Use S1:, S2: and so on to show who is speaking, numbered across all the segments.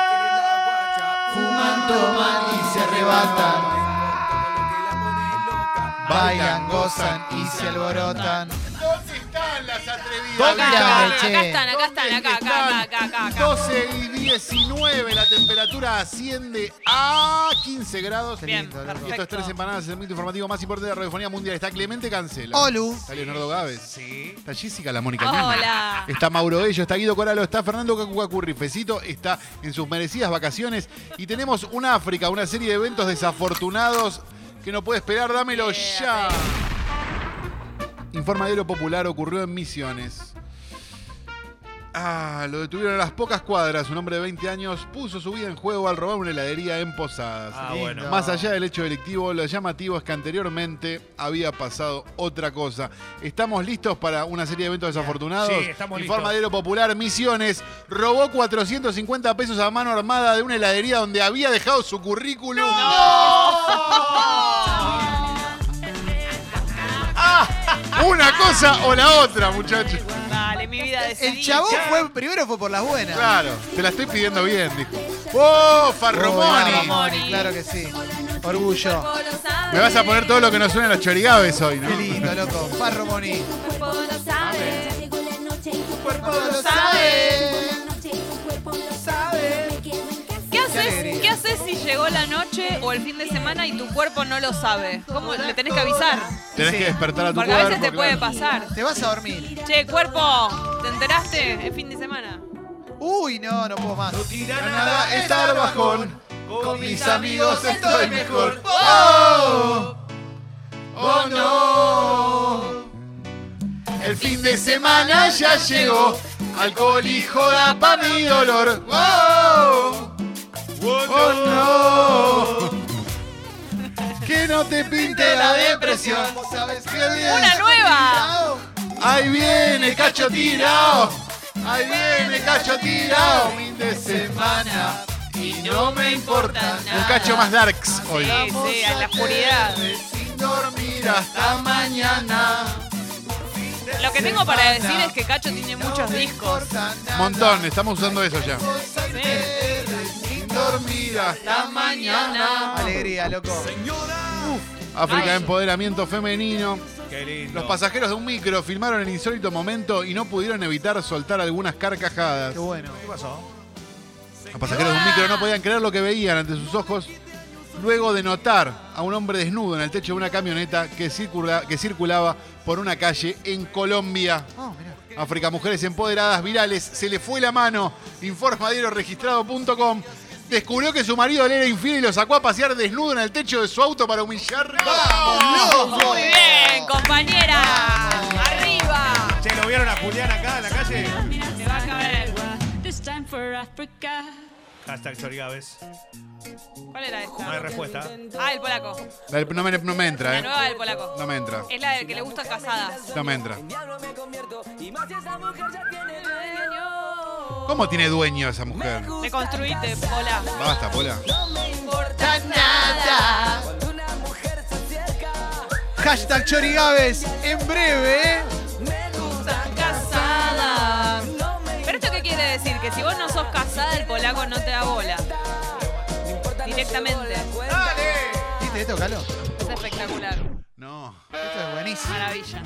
S1: separada.
S2: Fuman, toman y se arrebatan. Bailan, gozan y se alborotan. ¿Dónde están las atrevidas?
S1: ¿Dónde
S3: Acá,
S1: Mírame,
S2: Mírame,
S3: acá,
S2: che.
S3: acá están, acá están, acá, acá, acá, acá, acá, acá.
S2: 12 y 19, la temperatura asciende a 15 grados.
S3: Bien,
S2: Qué loco.
S3: perfecto.
S2: Esto es Tres Empanadas, el segmento informativo más importante de la radiofonía mundial. Está Clemente Cancela.
S1: Olu.
S2: Está Leonardo Gávez.
S1: Sí.
S2: Está Jessica, la Mónica Nana.
S3: Hola.
S2: Está Mauro Ello, está Guido Coralo, está Fernando Cacucacurri, Fecito, está en sus merecidas vacaciones. Y tenemos una África, una serie de eventos desafortunados que no puede esperar, dámelo ya. Informa de lo popular ocurrió en Misiones. Ah, lo detuvieron a las pocas cuadras. Un hombre de 20 años puso su vida en juego al robar una heladería en Posadas.
S1: Ah, bueno.
S2: Más allá del hecho delictivo, lo llamativo es que anteriormente había pasado otra cosa. Estamos listos para una serie de eventos desafortunados.
S1: Sí, estamos listos.
S2: Informa de lo popular, Misiones robó 450 pesos a mano armada de una heladería donde había dejado su currículum. ¡Ah! Una cosa o la otra, muchachos.
S3: Dale, mi vida decidida.
S4: El chabón fue, primero fue por las buenas.
S2: Claro, te la estoy pidiendo bien, dijo. ¡Oh,
S4: Romani.
S2: Farromoni!
S3: Romani.
S4: Claro que sí. Orgullo.
S2: Me vas a poner todo lo que nos suena a los chorigabes hoy, ¿no?
S4: Qué lindo, loco. Farro Moni.
S3: lo sabe. ¿Qué haces,
S4: alegría.
S3: ¿Qué haces si llegó la noche o el fin de semana y tu cuerpo no lo sabe? ¿Cómo le tenés que avisar?
S2: Tenés
S4: Sí.
S2: que despertar a tu
S3: Porque a
S2: cuerpo.
S3: veces te puede
S2: claro.
S3: pasar.
S4: Te vas a dormir.
S3: Che, cuerpo, ¿te enteraste? Es fin de semana.
S4: Uy, no, no puedo más.
S2: Nada, estar bajón. Con mis amigos estoy mejor.
S4: ¡Oh!
S2: ¡Oh no! El fin de semana ya llegó. Alcohol y joda pa' mi dolor. ¡Oh! ¡Oh no! Que no te pinte la depresión.
S4: ¿Sabes qué
S3: ¡Una nueva!
S2: Ahí viene cacho tirado. Ahí viene cacho tirado. Fin de semana. Y no me importa. Un cacho más darks hoy.
S3: Sí, sí, en la oscuridad.
S2: Sin dormir hasta mañana.
S3: Lo que tengo para decir es que Cacho tiene muchos discos.
S2: Montón, estamos usando eso ya.
S3: Sí.
S2: Sin dormir hasta mañana.
S4: Alegría, loco.
S2: África Empoderamiento Femenino.
S1: Qué
S2: Los
S1: lindo.
S2: pasajeros de un micro filmaron el insólito momento y no pudieron evitar soltar algunas carcajadas.
S4: Qué bueno.
S1: ¿Qué pasó?
S2: Los pasajeros de un micro no podían creer lo que veían ante sus ojos luego de notar a un hombre desnudo en el techo de una camioneta que, circula- que circulaba por una calle en Colombia.
S4: Oh, mirá.
S2: África Mujeres Empoderadas Virales, se le fue la mano, informa registrado.com. Descubrió que su marido le era infiel y lo sacó a pasear desnudo en el techo de su auto para humillarlo.
S3: Muy bien, compañera. Arriba.
S1: Che, ¿lo vieron a Julián acá en la calle?
S3: Se va a caer.
S5: This time for Africa.
S1: Hashtag Chorigaves.
S3: ¿Cuál era
S1: No hay
S3: esta?
S1: respuesta.
S3: Ah, el polaco.
S2: La- No me, no me entra,
S3: La
S2: ¿eh?
S3: nueva del polaco.
S2: No me entra.
S3: Es la del que le gustan casadas.
S2: No me entra. ¿Cómo tiene dueño esa mujer?
S3: Me construiste, Pola.
S2: Basta, Pola.
S4: Hashtag Chorigaves en breve. ¿eh?
S3: casada. ¿Pero esto qué quiere decir? Que si vos no sos casada, el polaco no te da bola. Directamente.
S4: ¿Viste esto, Calo? Esto
S3: Es espectacular.
S2: No.
S4: es buenísimo.
S3: Maravilla.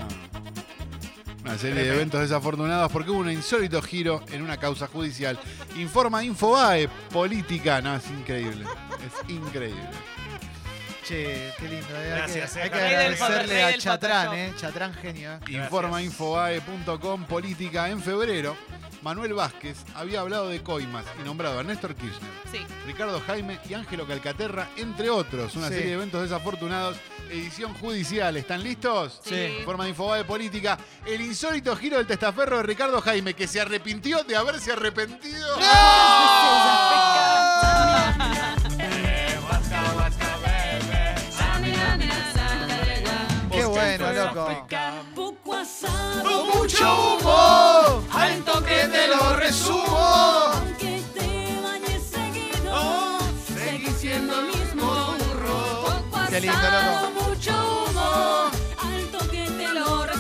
S2: Una serie de eventos desafortunados porque hubo un insólito giro en una causa judicial. Informa Infobae, política. No, es increíble. Es increíble.
S4: Che, qué lindo. eh. Hay
S1: Gracias,
S4: que-
S1: eh,
S4: Hay que
S1: Calo.
S3: Rey del
S4: agradecerle a
S3: Photoshop.
S4: Chatrán, ¿eh? Chatrán genio. ¿eh?
S2: Informa infobae.com política. En febrero, Manuel Vázquez había hablado de coimas y nombrado a Néstor Kirchner,
S3: Sí.
S2: Ricardo Jaime y Ángelo Calcaterra, entre otros. Una
S4: Sí.
S2: serie de eventos desafortunados. Edición judicial. ¿Están listos?
S3: Sí.
S2: Informa Infobae Política. El insólito giro del testaferro de Ricardo Jaime, que se arrepintió de haberse arrepentido.
S4: Qué bueno, loco.
S2: ¡Mucho humo!
S3: Al toque
S2: ¡Te lo resumo!
S4: Qué lindo, loco.
S5: Mucho humo, alto que te lo
S4: los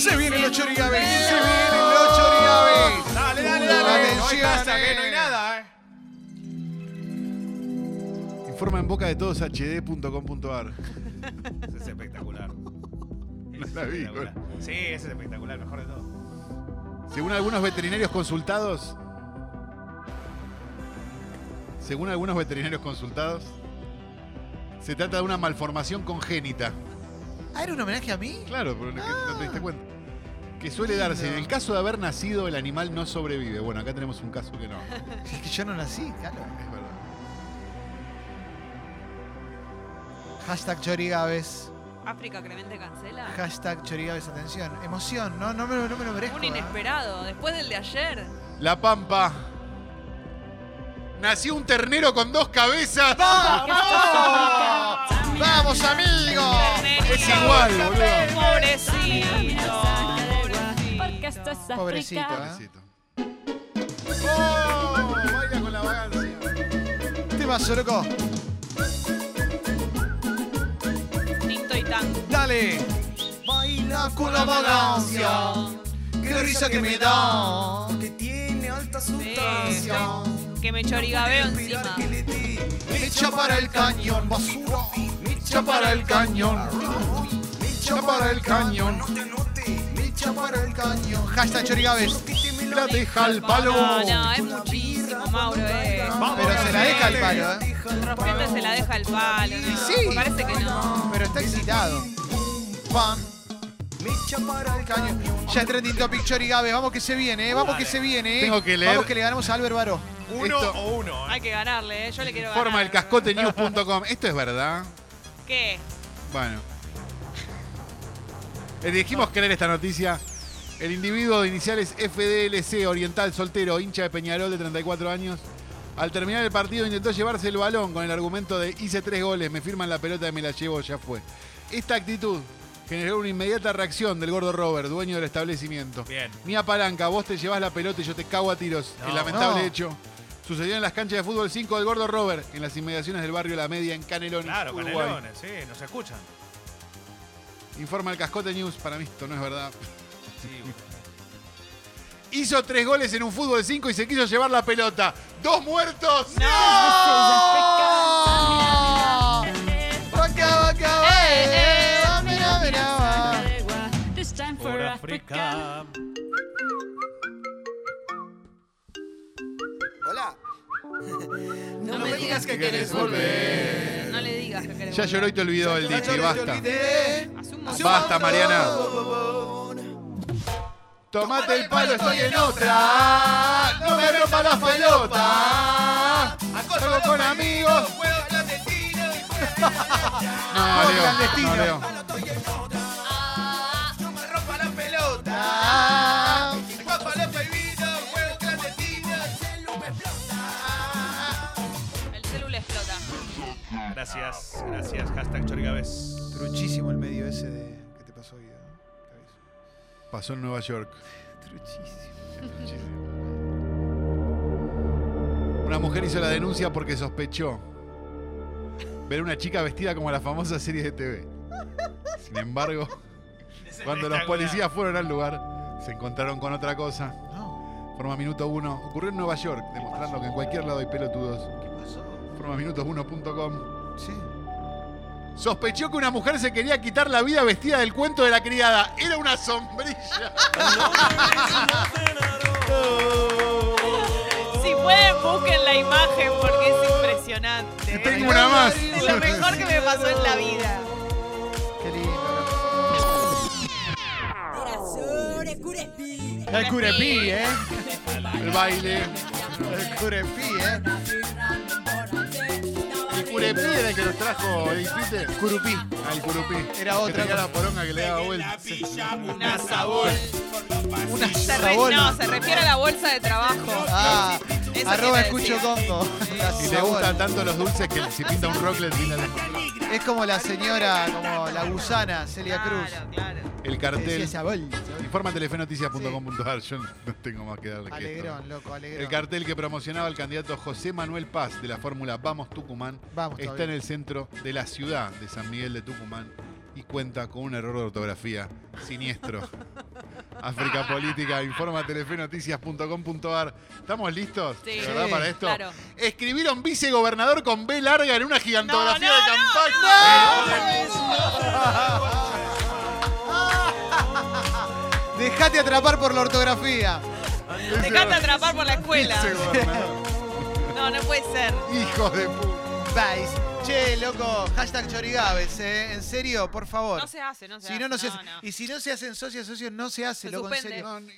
S4: chorigaves.
S1: Se
S4: Se vienen los chorigaves.
S1: Dale, dale, dale. No hay
S4: Atención,
S1: casa,
S4: eh.
S1: que no hay nada, eh.
S2: Informa en boca de todos hd.com.ar.
S1: Ese es espectacular. Ese es
S2: la vi,
S1: espectacular. Sí, ese es espectacular, mejor de todo.
S2: Según algunos veterinarios consultados. Según algunos veterinarios consultados, se trata de una malformación congénita.
S4: Ah, ¿era un homenaje a mí?
S2: Claro, pero no, que- no te diste cuenta. Que suele darse. En el caso de haber nacido, el animal no sobrevive. Bueno, acá tenemos un caso que no.
S4: Es que yo no nací, claro.
S2: Es verdad.
S4: Hashtag chorigaves.
S3: África Clemente cancela.
S4: Hashtag chorigaves, atención. Emoción, no, no, me, lo- no me lo merezco.
S3: Un
S4: ¿eh?
S3: inesperado, después del de ayer.
S2: La Pampa. Nació un ternero con dos cabezas.
S4: ¡Vamos! ¡Vamos, amigos!
S2: ¡Ah! Es igual, boludo.
S3: Pobrecito.
S5: Porque
S3: pobrecito.
S5: esto es
S4: Pobrecito, ¿eh?
S5: África.
S2: Pobrecito. ¡Oh! Baila con la vagancia.
S4: Te vas, loco.
S3: Tinto y tan.
S4: Dale. Baila con la vagancia. Qué risa que me da.
S6: que tiene alta
S3: Sí.
S6: sustancia.
S3: Que me chorigabeo encima.
S4: Echa para el cañón, basura. Echa para el cañón. Echa para el cañón.
S6: No te note,
S4: Echa para el cañón. Hashtag chorigaves.
S2: La deja al palo.
S3: No, no, es muchísimo, Mauro, eh.
S4: Pero se la deja al palo, ¿eh?
S3: Rosquete se la deja al palo, ¿no?
S4: Sí.
S3: Parece que no.
S4: Pero está excitado. Pam.
S6: me echa para el cañón.
S4: Ya trending topic Chorigabe, vamos que se viene, eh, vamos que se viene. eh.
S2: Tengo que leer.
S4: Vamos que le ganamos a Albert Baró.
S1: Uno
S2: Esto-
S1: o uno, eh.
S3: Hay que ganarle, eh. Yo le quiero ganar.
S2: Forma el cascotenews.com. Esto es verdad.
S3: ¿Qué?
S2: Bueno. Elegimos creer esta noticia. El individuo de iniciales FDLC, oriental soltero, hincha de Peñarol de 34 años, al terminar el partido intentó llevarse el balón con el argumento de hice tres goles, me firman la pelota y me la llevo, ya fue. Esta actitud generó una inmediata reacción del gordo Robert, dueño del establecimiento.
S1: Bien.
S2: Mía Palanca, vos te llevas la pelota y yo te cago a tiros.
S1: No.
S2: el lamentable
S4: No.
S2: hecho sucedió en las canchas de fútbol 5 del gordo Robert, en las inmediaciones del barrio La Media, en Canelones,
S1: Claro,
S2: Uruguay.
S1: canelones, sí, nos escuchan.
S2: Informa el Cascote News, para mí esto no es verdad.
S1: Sí,
S2: Hizo tres goles en un fútbol 5 y se quiso llevar la pelota. ¡Dos muertos!
S4: Vaca, vaca, eh, va, mira, mira, va.
S5: This time for
S1: por
S5: Africa.
S1: África.
S6: Hola.
S3: No, me digas que
S2: querés volver.
S3: No le digas que querés
S2: Ya lloró y
S3: volver.
S2: te olvidó el Dipi, basta.
S3: Hace un montón.
S2: Basta, Mariana. Tomate el palo, estoy en otra. No me rompa la pelota. Juego con amigos. No,
S4: Juego
S2: Leo,
S4: clandestino.
S2: no, Leo.
S4: Ah,
S3: El célula explota.
S1: Gracias, gracias. Hashtag Chorigabes.
S4: Truchísimo el medio ese de que te pasó Guido.
S2: Pasó en Nueva York.
S4: Truchísimo.
S2: Una mujer hizo la denuncia porque sospechó ver a una chica vestida como la famosa serie de TV. Sin embargo, cuando los policías fueron al lugar, se encontraron con otra cosa.
S4: No,
S2: Forma minuto 1. Ocurrió en Nueva York, demostrando que en cualquier lado hay pelotudos.
S4: ¿qué pasó?
S2: Forma minutos1.com.
S4: Sí.
S2: Sospechó que una mujer se quería quitar la vida vestida del cuento de la criada. Era una sombrilla.
S3: Si pueden, busquen la imagen porque es impresionante. ¿eh?
S2: Tengo una más.
S3: Es lo mejor que me pasó en la vida.
S4: Qué lindo.
S3: El curepí,
S4: ¿eh?
S2: El baile.
S4: El curepí, ¿eh?
S2: El curepí era el que nos trajo ¿eh? el Twitter.
S4: Curupí.
S2: Al curupí.
S4: Era
S2: Que
S4: otra
S2: tenía
S4: cosa.
S2: la poronga que le daba vuelta.
S3: Una sabor.
S4: Una
S3: Se re-
S4: sabona.
S3: no, se refiere a la bolsa de trabajo.
S4: Ah,
S3: Eso
S4: arroba
S3: quiero
S4: escucho
S3: decir.
S4: congo. La
S2: Si te
S4: sabona.
S2: gustan tanto los dulces que si pinta un rock le pinta
S4: Es como la señora, como la gusana Celia
S3: Claro,
S4: Cruz.
S3: claro.
S2: el
S4: Que decía
S2: cartel.
S4: sabol.
S2: Informa telefenoticias.com.ar. Yo no tengo más que darle que esto.
S4: Alegrón, loco, alegrón.
S2: El cartel que promocionaba el candidato José Manuel Paz de la fórmula Vamos Tucumán
S4: Vamos,
S2: está
S4: todavía.
S2: en el centro de la ciudad de San Miguel de Tucumán y cuenta con un error de ortografía siniestro. África Política, informa telefenoticias.com.ar. ¿Estamos listos?
S3: Sí.
S2: ¿De verdad
S3: Sí,
S2: para esto?
S3: claro.
S2: Escribieron vicegobernador con B larga en una gigantografía
S3: No, no,
S2: de campaña.
S4: Dejate atrapar por la ortografía.
S3: Te encanta atrapar por la escuela.
S2: Vicegobernador.
S3: No, no puede ser.
S2: Hijo de puta.
S4: Vais. Che, loco, hashtag chorigabes, ¿eh? En serio, por favor.
S3: No se hace, no se
S4: si
S3: hace.
S4: no, no se hace. Y si no se hacen socias, socios, no se hace,
S3: Se
S4: loco, en
S3: suspende.
S4: serio.
S2: No, ni-